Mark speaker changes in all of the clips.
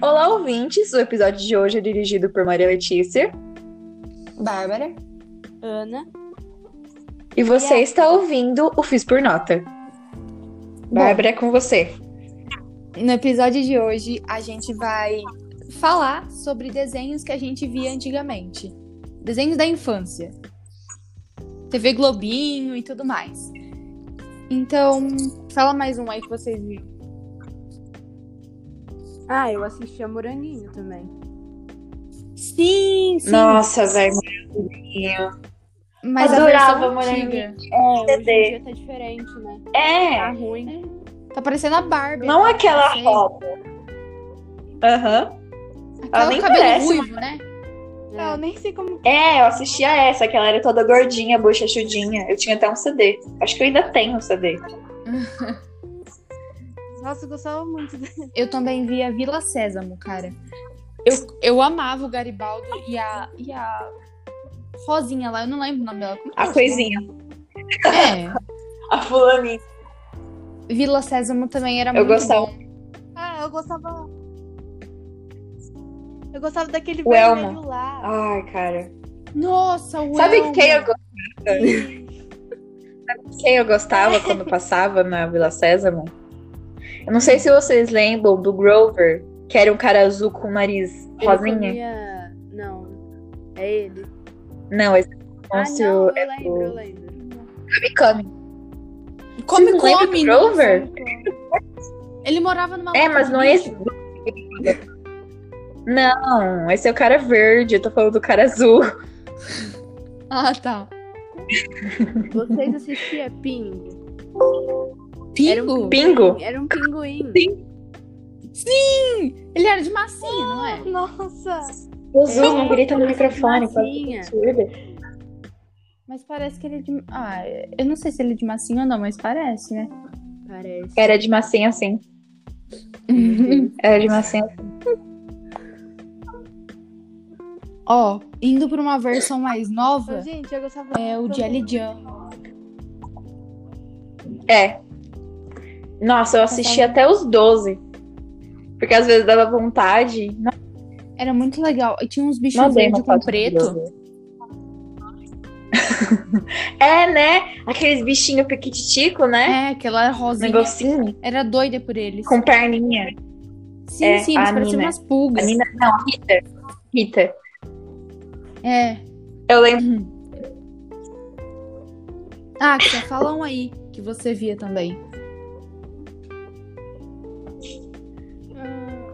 Speaker 1: Olá, ouvintes! O episódio de hoje é dirigido por Maria Letícia.
Speaker 2: Bárbara.
Speaker 3: Ana.
Speaker 1: E você está ouvindo o Fiz por Nota. Bárbara, é com você.
Speaker 2: No episódio de hoje, a gente vai falar sobre desenhos que a gente via antigamente. Desenhos da infância. TV Globinho e tudo mais. Então, fala mais um aí que vocês viram.
Speaker 3: Ah, eu assistia Moranguinho também. Sim, sim.
Speaker 1: Nossa, velho.
Speaker 2: Mas
Speaker 4: Adorava
Speaker 2: a versão antiga.
Speaker 3: É, hoje em
Speaker 4: CD.
Speaker 3: dia tá diferente, né?
Speaker 4: É,
Speaker 3: Tá ruim.
Speaker 2: Tá parecendo a Barbie.
Speaker 4: não
Speaker 2: né?
Speaker 4: aquela
Speaker 2: Sei.
Speaker 4: roupa.
Speaker 1: Aham.
Speaker 2: Aquela
Speaker 4: nem
Speaker 2: com cabelo
Speaker 4: parece,
Speaker 2: ruivo, né?
Speaker 3: É. Eu nem sei como.
Speaker 4: É, eu assistia essa, que ela era toda gordinha, bochechudinha. Eu tinha até um CD. Acho que eu ainda tenho um CD.
Speaker 3: Nossa, eu gostava muito dele.
Speaker 2: Eu também via Vila Sésamo, cara. Eu, eu amava o Garibaldo e a, e a Rosinha lá. Eu não lembro o nome dela. Como que
Speaker 4: A
Speaker 2: é?
Speaker 4: coisinha.
Speaker 2: É.
Speaker 4: A fulaninha.
Speaker 2: Vila Sésamo também era
Speaker 4: Eu
Speaker 2: É muito
Speaker 4: gostava.
Speaker 2: bom.
Speaker 3: Ah, eu gostava. Eu gostava daquele
Speaker 4: O Elmo.
Speaker 3: vermelho lá.
Speaker 4: Ai, cara.
Speaker 2: Nossa, o
Speaker 1: Sabe
Speaker 2: Elmo.
Speaker 1: quem eu gostava? Sabe quem eu gostava quando passava na Vila Sésamo? Eu não sei se vocês lembram do Grover, que era um cara azul com o nariz
Speaker 3: Ele
Speaker 1: rosinha.
Speaker 3: comia- Não. É ele.
Speaker 1: Não, esse é um
Speaker 3: ah, não,
Speaker 1: monstro
Speaker 3: eu
Speaker 1: é
Speaker 3: lembro, eu
Speaker 1: o
Speaker 3: lembro.
Speaker 1: Kamikami. Você
Speaker 2: Come,
Speaker 1: não lembra
Speaker 2: come.
Speaker 1: do Grover?
Speaker 2: Ele morava numa
Speaker 1: É,
Speaker 2: lata
Speaker 1: mas
Speaker 2: de
Speaker 1: não é esse.
Speaker 2: lixo.
Speaker 1: Não, esse é o cara verde, eu tô falando do cara azul.
Speaker 2: Ah, tá.
Speaker 3: Vocês assistiam Pingo? Era um
Speaker 2: Pingo?
Speaker 1: Pingo?
Speaker 3: Era um pinguim.
Speaker 2: Ele era de massinha, não é?
Speaker 3: Nossa!
Speaker 1: O azul não grita no
Speaker 3: Essa
Speaker 1: microfone,
Speaker 3: massinha.
Speaker 1: quase que absurdo.
Speaker 2: Mas parece que ele é de... Ah, eu não sei se ele é de massinha ou não, mas parece, né?
Speaker 3: Parece.
Speaker 1: Era de massinha assim. Era de massinha assim.
Speaker 2: Ó, indo pra uma versão mais
Speaker 3: Ô,
Speaker 2: nova,
Speaker 3: Gente, eu gostava
Speaker 2: é o
Speaker 3: tanto.
Speaker 2: Jelly Jam.
Speaker 1: É. Nossa, eu
Speaker 2: Tá
Speaker 1: assisti até os 12. Porque às vezes dava vontade. Não,
Speaker 2: Era muito legal. E tinha uns bichos
Speaker 1: mandei
Speaker 2: verdes
Speaker 1: uma
Speaker 2: com
Speaker 1: foto do
Speaker 2: preto.
Speaker 1: 12. é, né? Aqueles bichinhos piquitico, né?
Speaker 2: É, aquela rosinha.
Speaker 1: Negocinho.
Speaker 2: Era doida por eles.
Speaker 1: Com perninha.
Speaker 2: Sim,
Speaker 1: é,
Speaker 2: sim,
Speaker 1: a
Speaker 2: eles pareciam
Speaker 1: Nina.
Speaker 2: umas pulgas.
Speaker 1: A Nina, não, a Rita. Rita.
Speaker 2: É.
Speaker 1: Eu lembro.
Speaker 2: Ah, que fala um aí que você via também.
Speaker 3: Hum,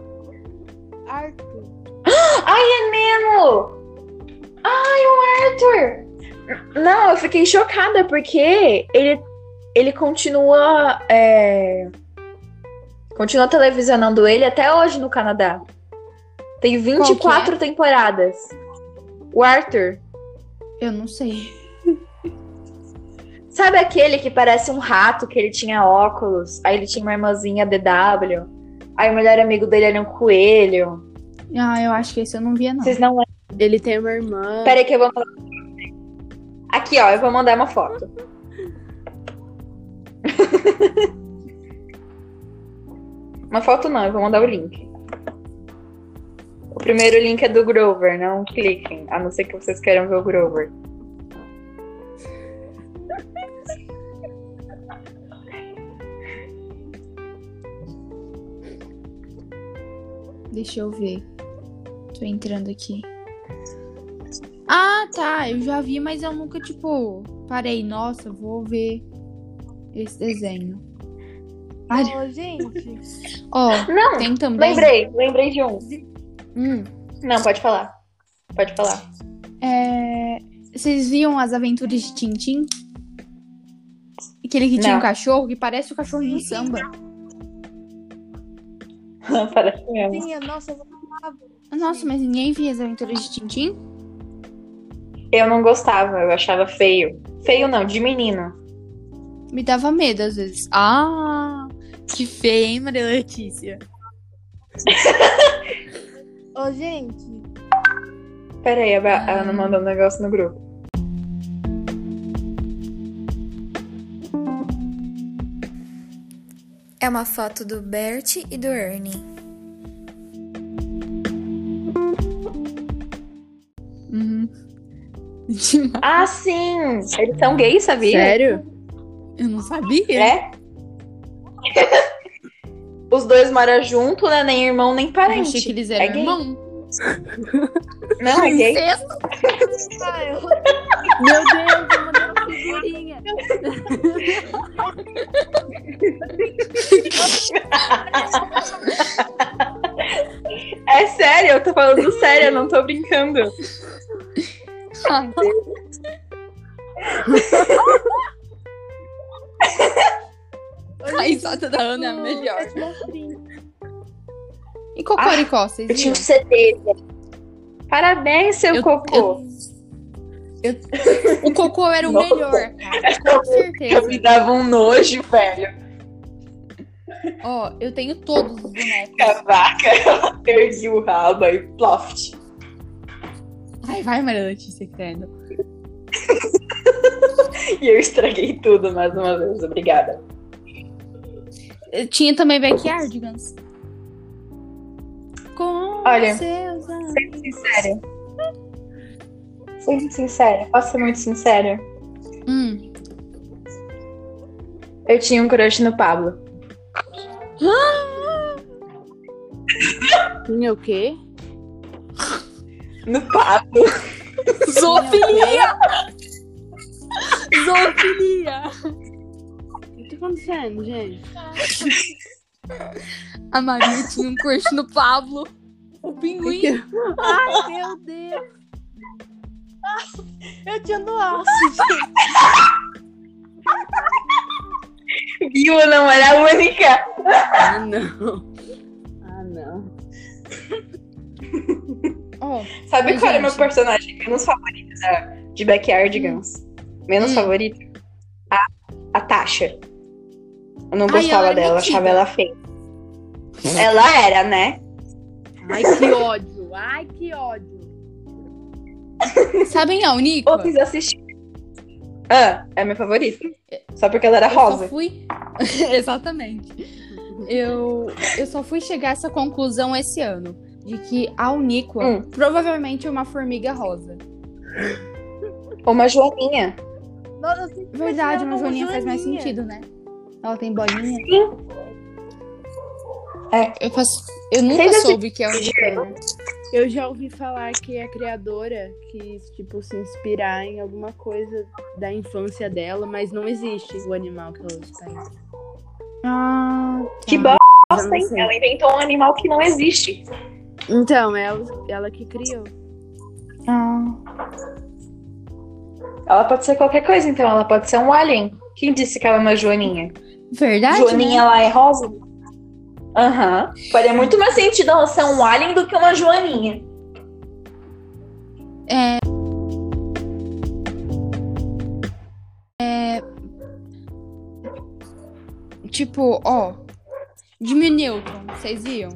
Speaker 3: Arthur.
Speaker 4: Mano!
Speaker 1: Ah,
Speaker 4: Ai, o Arthur!
Speaker 1: é Não, eu fiquei chocada porque ele, ele continua. é, Continua televisionando ele até hoje no Canadá. Tem
Speaker 2: que
Speaker 1: 24 temporadas. O Arthur.
Speaker 2: Eu não sei.
Speaker 1: Sabe aquele que parece um rato, que ele tinha óculos, aí ele tinha uma irmãzinha DW, aí o melhor amigo dele era um coelho.
Speaker 2: Ah, eu acho que esse eu não via, não.
Speaker 1: Vocês não lembram?
Speaker 3: Ele tem uma irmã.
Speaker 1: Pera aí que eu vou mandar. Aqui, ó, eu vou mandar uma foto. uma foto não, eu vou mandar o link. O primeiro link é do Grover, não cliquem, a não ser que vocês queiram ver o Grover.
Speaker 2: Deixa eu ver. Tô entrando aqui. Ah, tá. Eu já vi, mas eu nunca, tipo, parei. Nossa, eu vou ver esse desenho.
Speaker 3: Ô, gente.
Speaker 2: Ó,
Speaker 1: Não,
Speaker 2: tem também.
Speaker 1: lembrei, lembrei de um.
Speaker 2: Hum,
Speaker 1: Não, pode falar. Pode falar.
Speaker 2: é, Vocês viam as aventuras de Tintim? Aquele que tinha
Speaker 1: Não.
Speaker 2: um cachorro que parece o cachorro de um samba.
Speaker 1: Parece mesmo.
Speaker 3: Sim, nossa, eu
Speaker 2: Nossa, mas ninguém via as aventuras de Tintim?
Speaker 1: Eu não gostava, eu achava feio. Feio não, de menino.
Speaker 2: Me dava medo às vezes. Ah, que feia, hein, Maria Letícia?
Speaker 3: Ô, gente.
Speaker 1: Pera aí, a, Ba- a Ana mandou um negócio no grupo.
Speaker 5: É uma foto do Bert e do Ernie.
Speaker 2: Uhum. demais.
Speaker 1: Ah, sim! Eles são gays, sabia?
Speaker 5: Sério?
Speaker 2: Eu não sabia.
Speaker 1: É? Os dois moram junto, né? Nem irmão, nem
Speaker 2: Eu achei
Speaker 1: parente.
Speaker 2: que eles eram
Speaker 1: é gay.
Speaker 2: irmão.
Speaker 1: Não, é gay.
Speaker 2: Incesto.
Speaker 5: Meu Deus, eu mandei uma figurinha.
Speaker 1: É sério, eu tô falando sério, eu não tô brincando.
Speaker 2: Ah, a risada da Ana é a melhor. E Cocoricó, vocês
Speaker 1: Eu tinha
Speaker 2: viram?
Speaker 1: um CD. Parabéns, seu
Speaker 2: Eu-
Speaker 1: cocô.
Speaker 2: O Cocô era o
Speaker 1: Nossa.
Speaker 2: melhor, cara. Com certeza.
Speaker 1: me dava um nojo, velho.
Speaker 2: Ó, eu tenho todos os bonecos.
Speaker 1: Cavaca, ela perdi o rabo e ploft.
Speaker 2: Ai, vai, Maria Letícia, credo.
Speaker 1: E eu estraguei tudo mais uma vez, obrigada.
Speaker 2: Eu Tinha também Backyardigans. Com
Speaker 1: Olha.
Speaker 2: seus amigos.
Speaker 1: Sincera. Sendo sincera, posso ser muito sincera?
Speaker 2: Hum,
Speaker 1: Eu tinha um crush no Pablo.
Speaker 5: Tinha o quê?
Speaker 1: No Pablo?
Speaker 2: Zoofilia! Zoofilia!
Speaker 5: O que tá acontecendo, gente?
Speaker 2: A Maria tinha um crush no Pablo. O pinguim.
Speaker 5: Ai, meu Deus.
Speaker 3: Ah, Eu tinha no ar.
Speaker 1: Viu, eu não era a única.
Speaker 5: Ah, não. Ah, não.
Speaker 2: Ó,
Speaker 1: Sabe
Speaker 2: Ai,
Speaker 1: qual era
Speaker 2: gente.
Speaker 1: meu personagem menos favorito da- de Backyardigans? Menos
Speaker 2: Hum.
Speaker 1: favorito? A, a Tasha. Eu não
Speaker 2: Ai,
Speaker 1: gostava
Speaker 2: ela era
Speaker 1: dela,
Speaker 2: metida.
Speaker 1: achava ela feia. Ela era, né?
Speaker 5: Ai, que ódio. Ai, que ódio.
Speaker 1: é?
Speaker 2: sabem a Unico?
Speaker 1: Ou vocês assistiram? Ah, é meu favorito. Só porque ela era
Speaker 2: Eu só
Speaker 1: é rosa.
Speaker 2: fui. Exatamente. Eu, eu só fui chegar a essa conclusão esse ano. De que a Uníqua
Speaker 1: Hum.
Speaker 2: provavelmente é uma formiga rosa.
Speaker 1: Ou uma joaninha.
Speaker 3: Nossa, eu sempre
Speaker 2: Verdade,
Speaker 3: pensava como
Speaker 2: uma é um joaninha faz mais
Speaker 3: joaninha.
Speaker 2: sentido, né? Ela tem bolinha.
Speaker 1: Sim.
Speaker 2: É, eu, faço- eu nunca
Speaker 1: Vocês assistem
Speaker 2: soube que é Uníqua.
Speaker 5: Eu já ouvi falar que a criadora quis, tipo, se inspirar em alguma coisa da infância dela, mas não existe o animal que ela está.
Speaker 2: Ah,
Speaker 1: Que
Speaker 2: tá.
Speaker 1: bosta, hein? Ela inventou um animal que não existe.
Speaker 5: Então,
Speaker 3: é
Speaker 5: ela, ela que criou.
Speaker 2: Ah.
Speaker 1: Ela pode ser qualquer coisa, então. Ela pode ser um alien. Quem disse que ela é uma joaninha?
Speaker 2: Verdade? né?
Speaker 1: joaninha, ela é rosa? Aham. Faria muito mais sentido ela ser um alien do que uma joaninha.
Speaker 2: Tipo, ó. Jimmy Newton, vocês viam?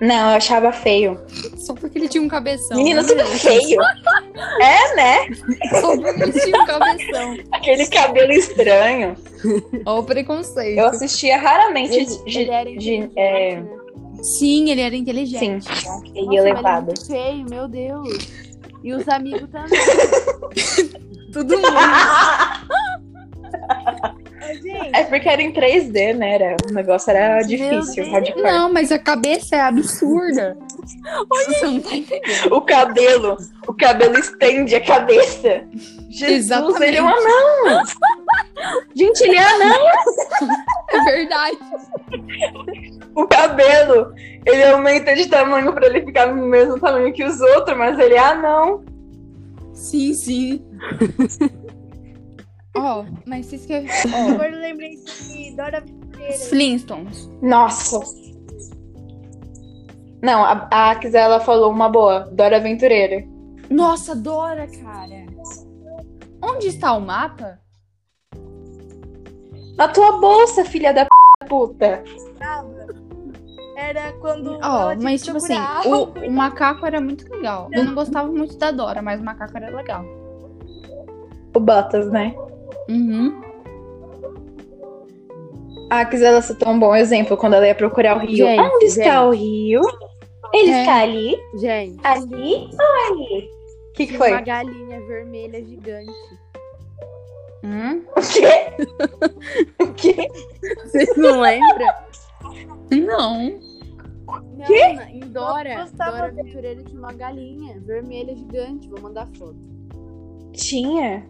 Speaker 1: Não, eu achava feio.
Speaker 2: Só porque ele tinha um cabeção.
Speaker 1: Menina,
Speaker 2: né?
Speaker 1: tudo feio. É, né?
Speaker 2: Só porque ele tinha um cabeção.
Speaker 1: Aquele cabelo estranho.
Speaker 2: Ó, o preconceito.
Speaker 1: Eu assistia raramente
Speaker 5: Ele-
Speaker 1: de,
Speaker 5: ele era
Speaker 1: de-
Speaker 5: inteligente,
Speaker 1: é,
Speaker 5: né?
Speaker 2: Sim, ele era inteligente.
Speaker 1: sim,
Speaker 5: Nossa,
Speaker 1: e
Speaker 5: mas ele é
Speaker 1: elevada.
Speaker 5: muito feio, meu Deus. E os amigos também.
Speaker 2: Todo mundo.
Speaker 3: Ô, gente,
Speaker 1: É porque era em 3D, né? Era, o negócio era difícil,
Speaker 5: Deus.
Speaker 1: hardcore.
Speaker 2: Não, mas a cabeça é absurda. Você não tá entendendo.
Speaker 1: O cabelo, o cabelo estende a cabeça. Jesus,
Speaker 2: Exatamente.
Speaker 1: ele é um anão. Gente, ele é anão.
Speaker 2: É verdade.
Speaker 1: O cabelo, ele aumenta de tamanho pra ele ficar no mesmo tamanho que os outros, mas ele é anão.
Speaker 2: Sim, sim. Ó, mas vocês querem. Ó,
Speaker 3: agora eu lembrei de Dora Pimenteira.
Speaker 2: Flintstones.
Speaker 1: Nossa. Não, a, a Akis, ela falou uma boa. Dora Aventureira.
Speaker 2: Nossa, Dora, cara. Onde está o mapa?
Speaker 1: Na tua bolsa, filha da p... puta.
Speaker 3: Era quando.
Speaker 2: Ó,
Speaker 3: ela tinha
Speaker 2: mas
Speaker 3: que
Speaker 2: tipo assim,
Speaker 3: procurar algo.
Speaker 2: o, o macaco era muito legal. Eu não gostava muito da Dora, mas o macaco era legal.
Speaker 1: O Bottas, né?
Speaker 2: Uhum.
Speaker 1: A Akis, ela citou um bom exemplo quando ela ia procurar o rio.
Speaker 5: Gente,
Speaker 1: Onde
Speaker 5: gente.
Speaker 1: está o rio? Ele
Speaker 2: É.
Speaker 1: está ali,
Speaker 5: Gente,
Speaker 1: ali ou ali? O que, que foi?
Speaker 5: uma galinha vermelha gigante.
Speaker 2: Hum?
Speaker 1: O quê? o quê?
Speaker 5: Vocês não
Speaker 2: é?
Speaker 5: lembram?
Speaker 2: Não.
Speaker 5: Não, na- em Dora.
Speaker 6: Gostava
Speaker 5: Dora Aventureira tinha uma galinha vermelha gigante. Vou mandar foto.
Speaker 1: Tinha.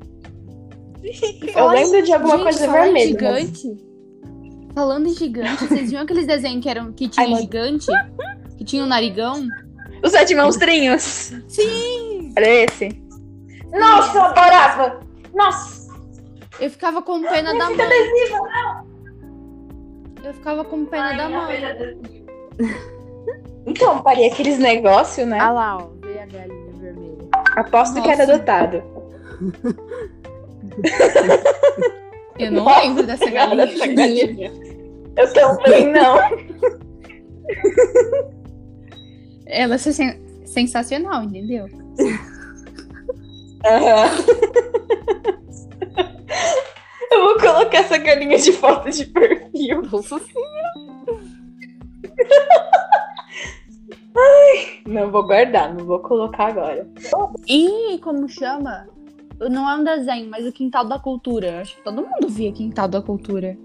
Speaker 1: Eu
Speaker 2: Olha,
Speaker 1: lembro de alguma
Speaker 2: Gente,
Speaker 1: coisa
Speaker 2: falar em
Speaker 1: vermelha. né? mas-
Speaker 2: Gigante. Falando em gigante, vocês viram aqueles desenhos que, eram, que
Speaker 1: Ai,
Speaker 2: tinha um
Speaker 1: mas-
Speaker 2: gigante? Que tinha um narigão?
Speaker 7: Os sete monstrinhos. Sim! Era esse?
Speaker 1: Nossa, eu adorava! Nossa!
Speaker 2: Eu ficava com pena da mão. Eu ficava com pena da mão.
Speaker 1: Então, parei aqueles negócios, né?
Speaker 5: Ah lá, ó. Vê a galinha vermelha.
Speaker 1: Aposto que era
Speaker 2: Nossa.
Speaker 1: adotado.
Speaker 2: Eu não
Speaker 1: Nossa,
Speaker 2: lembro dessa
Speaker 1: Era
Speaker 2: galinha.
Speaker 1: dessa galinha. Eu também não.
Speaker 2: Ela é sen- sensacional, entendeu?
Speaker 1: Aham. Eu vou colocar essa galinha de foto de perfil.
Speaker 5: Nossa
Speaker 1: Não vou guardar, não vou colocar agora.
Speaker 2: E como chama? Não é um desenho, mas o Quintal da Cultura. Eu Acho que todo mundo via Quintal da Cultura.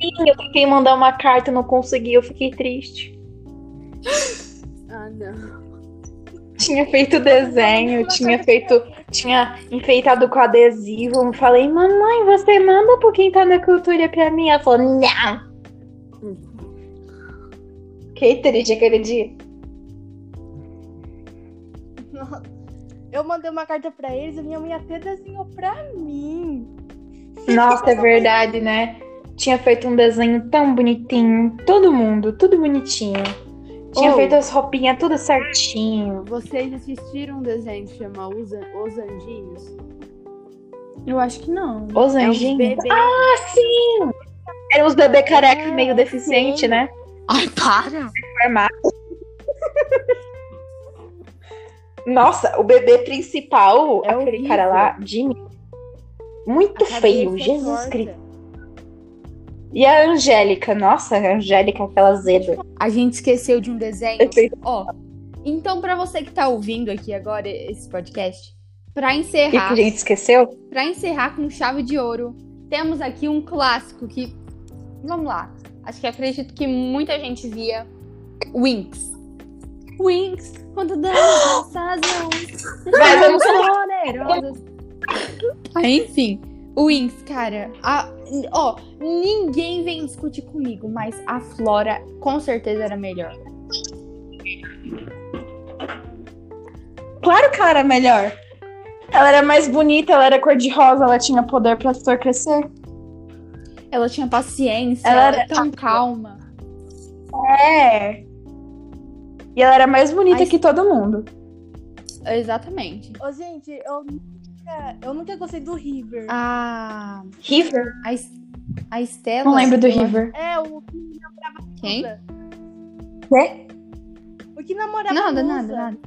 Speaker 1: Sim, eu tentei mandar uma carta, não consegui, eu fiquei triste.
Speaker 5: Ah, não.
Speaker 1: Tinha feito desenho, tinha feito. Tinha enfeitado com adesivo. Eu falei, mamãe, você manda pro quem tá na cultura pra mim? Ela falou, não! Fiquei triste aquele dia.
Speaker 6: Eu mandei uma carta pra eles, a minha mãe até desenhou pra mim.
Speaker 1: Nossa, é verdade, né? Tinha feito um desenho tão bonitinho, todo mundo, tudo bonitinho. Tinha
Speaker 5: Oh.
Speaker 1: feito as roupinhas tudo certinho.
Speaker 5: Vocês assistiram um desenho que chama Os, An- Os Anjinhos?
Speaker 2: Eu acho que não.
Speaker 1: Os
Speaker 5: É uns
Speaker 1: anjinhos.
Speaker 5: bebês.
Speaker 1: ah, sim! Ah, Eram os bebê careca meio deficiente, né?
Speaker 2: Ai, para!
Speaker 1: Formado. Nossa, o bebê principal,
Speaker 5: É
Speaker 1: aquele
Speaker 5: horrível.
Speaker 1: cara lá, Jimmy.
Speaker 5: A
Speaker 1: Muito
Speaker 5: cabeça é
Speaker 1: feio, Jesus
Speaker 5: torta.
Speaker 1: Cristo. E a Angélica, nossa, a Angélica, aquela zeda.
Speaker 2: A gente esqueceu de um desenho.
Speaker 1: Eu sei.
Speaker 2: Ó, então pra você que tá ouvindo aqui agora esse podcast, pra
Speaker 1: O que que
Speaker 2: encerrar,
Speaker 1: a gente esqueceu?
Speaker 2: pra encerrar com chave de ouro, temos aqui um clássico que, vamos lá, acho que acredito que muita gente via, Winx. Winx, quando dança, razão.
Speaker 1: Vai, vamos
Speaker 5: Poderosas.
Speaker 2: Ah, enfim, o Winx, cara, a- ó, ninguém vem discutir comigo, mas a Flora com certeza era melhor.
Speaker 1: Claro que ela era melhor. Ela era mais bonita, ela era cor de rosa, ela tinha poder pra flor crescer.
Speaker 2: Ela tinha paciência,
Speaker 1: Ela
Speaker 2: ela,
Speaker 1: era-
Speaker 2: era tão calma.
Speaker 1: É. E ela era mais bonita
Speaker 2: Mas-
Speaker 1: que todo mundo.
Speaker 2: Exatamente.
Speaker 6: Ô, gente, eu nunca, eu nunca gostei do River.
Speaker 1: Ah.
Speaker 2: A,
Speaker 1: River?
Speaker 2: a, Es- a Estela.
Speaker 1: Não lembro do
Speaker 2: ela-
Speaker 1: River.
Speaker 6: É, o que
Speaker 2: Quem?
Speaker 6: namorava O que namorava Musa.
Speaker 2: Nada, nada, nada.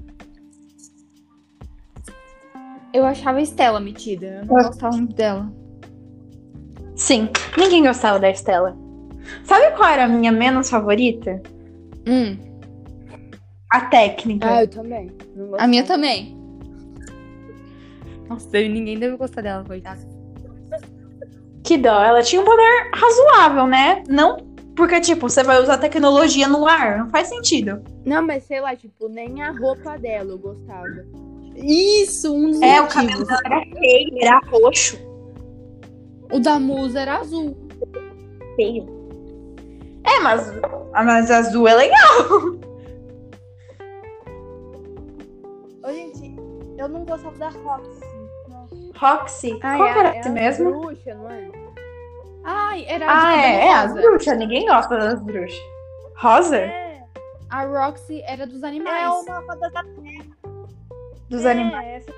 Speaker 2: Eu achava a Estela metida. Eu não
Speaker 1: Ah.
Speaker 2: gostava muito dela.
Speaker 1: Sim, ninguém gostava da Estela. Sabe qual era a minha menos favorita?
Speaker 2: Hum,
Speaker 1: A técnica.
Speaker 5: Ah, eu também. Não
Speaker 2: a
Speaker 5: gostava.
Speaker 2: minha também. Nossa, deve- ninguém deve gostar dela, coitada.
Speaker 1: Que dó, ela tinha um poder razoável, né? Não porque, tipo, você vai usar tecnologia no ar, não faz sentido.
Speaker 5: Não, mas sei lá, tipo, nem a roupa dela eu gostava.
Speaker 2: Isso, um dos
Speaker 1: É, o cabelo
Speaker 2: motivos.
Speaker 1: dela era feio, era roxo.
Speaker 2: O da Musa era azul.
Speaker 1: Feio. É, mas, mas azul é legal.
Speaker 6: Ô, gente, eu não gostava da Roxy.
Speaker 1: Roxy?
Speaker 5: Ah,
Speaker 1: Qual
Speaker 5: é
Speaker 1: que era
Speaker 5: a- é
Speaker 1: esse
Speaker 5: a
Speaker 1: mesmo?
Speaker 5: bruxa, não é?
Speaker 2: Ai, era
Speaker 1: Ah,
Speaker 2: de
Speaker 1: é,
Speaker 2: cabelo
Speaker 1: é as
Speaker 2: rosa.
Speaker 1: bruxas. Ninguém gosta das bruxas. Rosa?
Speaker 6: É,
Speaker 2: A Roxy era dos animais.
Speaker 6: é uma fada da
Speaker 1: Dos
Speaker 6: é,
Speaker 1: animais.
Speaker 6: Essa...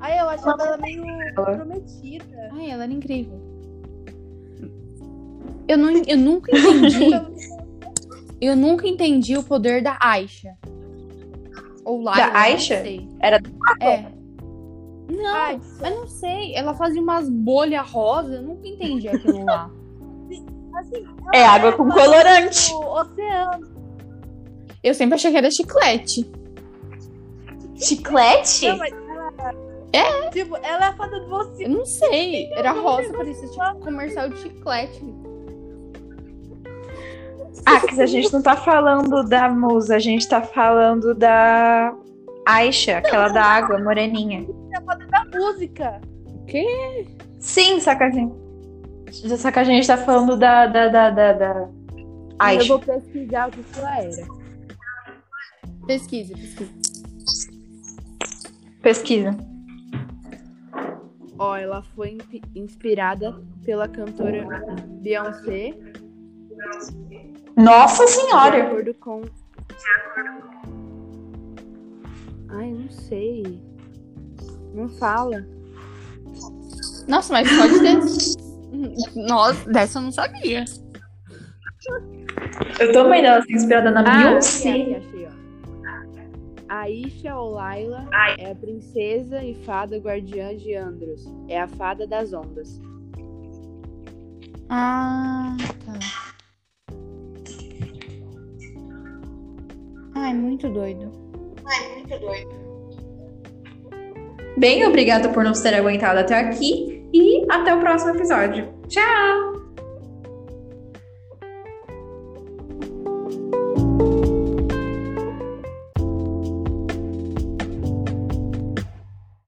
Speaker 6: Aí eu achava ela meio prometida.
Speaker 2: Ai, ela era incrível. Eu, não, eu nunca entendi. eu nunca entendi o poder da Aisha. Ou Laila,
Speaker 1: Da
Speaker 2: não
Speaker 1: Aisha?
Speaker 2: sei.
Speaker 1: Era
Speaker 2: É. Não,
Speaker 5: É
Speaker 6: Ai,
Speaker 2: mas não sei. Ela fazia umas bolhas rosa. Eu nunca entendi aquilo lá.
Speaker 6: assim,
Speaker 1: É água com colorante.
Speaker 6: o oceano.
Speaker 2: Eu sempre achei que era chiclete.
Speaker 1: Chiclete?
Speaker 6: Não, mas ela,
Speaker 8: É? Tipo, ela é a fada do você.
Speaker 2: Eu não sei. Era rosa, parecia tipo comercial de chiclete.
Speaker 1: Ax, a gente não tá falando da musa, a gente tá falando da Aisha, aquela da água, moreninha.
Speaker 8: Ela é a fada da música.
Speaker 1: Sim, saca a gente. Só que a gente tá falando da. da, da, da, da...
Speaker 5: Eu
Speaker 1: Aisha.
Speaker 5: vou pesquisar o que que ela era.
Speaker 2: Pesquisa, pesquisa.
Speaker 1: Pesquisa.
Speaker 5: Ó, ela foi inpi- inspirada pela cantora Beyoncé, de
Speaker 1: Nossa senhora!
Speaker 5: acordo com. Ai, não sei. Não fala.
Speaker 2: Nossa, mas pode ter. Nossa, dessa eu não sabia.
Speaker 1: Eu também dela assim, inspirada na
Speaker 5: achei, Ah, achei, achei, ó. Aisha Olaila é a princesa e fada guardiã de Andros. É a fada das ondas.
Speaker 2: Ah, tá. Ai, muito doido.
Speaker 9: Bem, obrigada por nos ter aguentado até aqui e até o próximo episódio. Tchau!